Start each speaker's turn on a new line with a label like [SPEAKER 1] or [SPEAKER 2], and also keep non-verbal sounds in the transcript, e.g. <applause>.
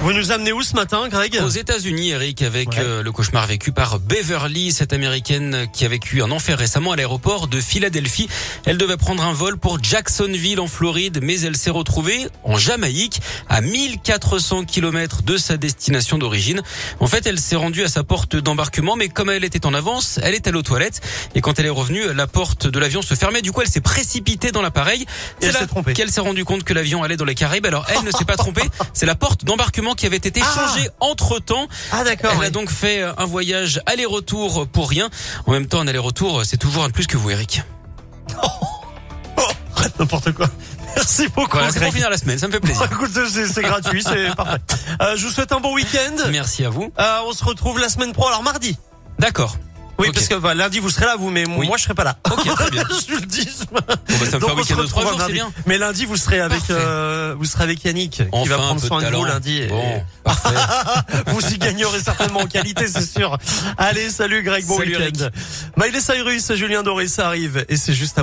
[SPEAKER 1] Vous nous amenez où ce matin, Greg
[SPEAKER 2] Aux États-Unis, Eric, avec
[SPEAKER 1] Ouais.
[SPEAKER 2] euh, le cauchemar vécu par Beverly, cette américaine qui a vécu un enfer récemment à l'aéroport de Philadelphie. Elle devait prendre un vol pour Jacksonville en Floride, mais elle s'est retrouvée en Jamaïque, à 1400 km de sa destination d'origine. En fait, elle s'est rendue à sa porte d'embarquement, mais comme elle était en avance, elle est allée aux toilettes. Et quand elle est revenue, la porte de l'avion se fermait. Du coup, elle s'est précipitée dans l'appareil.
[SPEAKER 1] Et elle
[SPEAKER 2] C'est là
[SPEAKER 1] s'est trompée.
[SPEAKER 2] qu'elle s'est rendue compte que l'avion allait dans les Caraïbes. Alors, elle ne s'est pas trompée. C'est la porte d'embarquement qui avait été
[SPEAKER 1] Ah
[SPEAKER 2] changée entre temps.
[SPEAKER 1] Ah d'accord.
[SPEAKER 2] Elle
[SPEAKER 1] ouais.
[SPEAKER 2] a donc fait euh, un voyage aller-retour pour rien. En même temps, un aller-retour, euh, c'est toujours un de plus que vous, Eric.
[SPEAKER 1] Oh, arrête n'importe quoi. Merci beaucoup,
[SPEAKER 2] Voilà, c'est pour
[SPEAKER 1] Greg.
[SPEAKER 2] finir la semaine, ça me
[SPEAKER 1] <laughs>
[SPEAKER 2] fait plaisir.
[SPEAKER 1] Écoute, c'est c'est gratuit,
[SPEAKER 2] <laughs>
[SPEAKER 1] c'est parfait. Euh, je vous souhaite un bon week-end.
[SPEAKER 2] Merci à vous.
[SPEAKER 1] Euh, on se retrouve la semaine pro, alors mardi.
[SPEAKER 2] D'accord.
[SPEAKER 1] Oui,
[SPEAKER 2] Ok.
[SPEAKER 1] parce que bah, lundi vous serez là, vous, mais
[SPEAKER 2] Oui.
[SPEAKER 1] moi je serai pas là.
[SPEAKER 2] Ok, très <laughs> bien.
[SPEAKER 1] je vous le dis.
[SPEAKER 2] Bon, bah, ça
[SPEAKER 1] Donc
[SPEAKER 2] me fait un
[SPEAKER 1] on se
[SPEAKER 2] week-end de
[SPEAKER 1] retrouve
[SPEAKER 2] trois jours, c'est
[SPEAKER 1] lundi.
[SPEAKER 2] bien.
[SPEAKER 1] Mais lundi vous serez avec,
[SPEAKER 2] Parfait.
[SPEAKER 1] euh, vous serez avec Yannick, qui
[SPEAKER 2] Enfin,
[SPEAKER 1] va prendre
[SPEAKER 2] un peu
[SPEAKER 1] soin
[SPEAKER 2] de
[SPEAKER 1] de, vous
[SPEAKER 2] talent.
[SPEAKER 1] lundi. et-
[SPEAKER 2] Bon, parfait.
[SPEAKER 1] <laughs> vous y gagnerez certainement en qualité, c'est sûr. Allez, salut Greg, bon
[SPEAKER 2] Salut, Eric.
[SPEAKER 1] week-end. Miley Cyrus, Julien Doré, ça arrive et c'est juste après.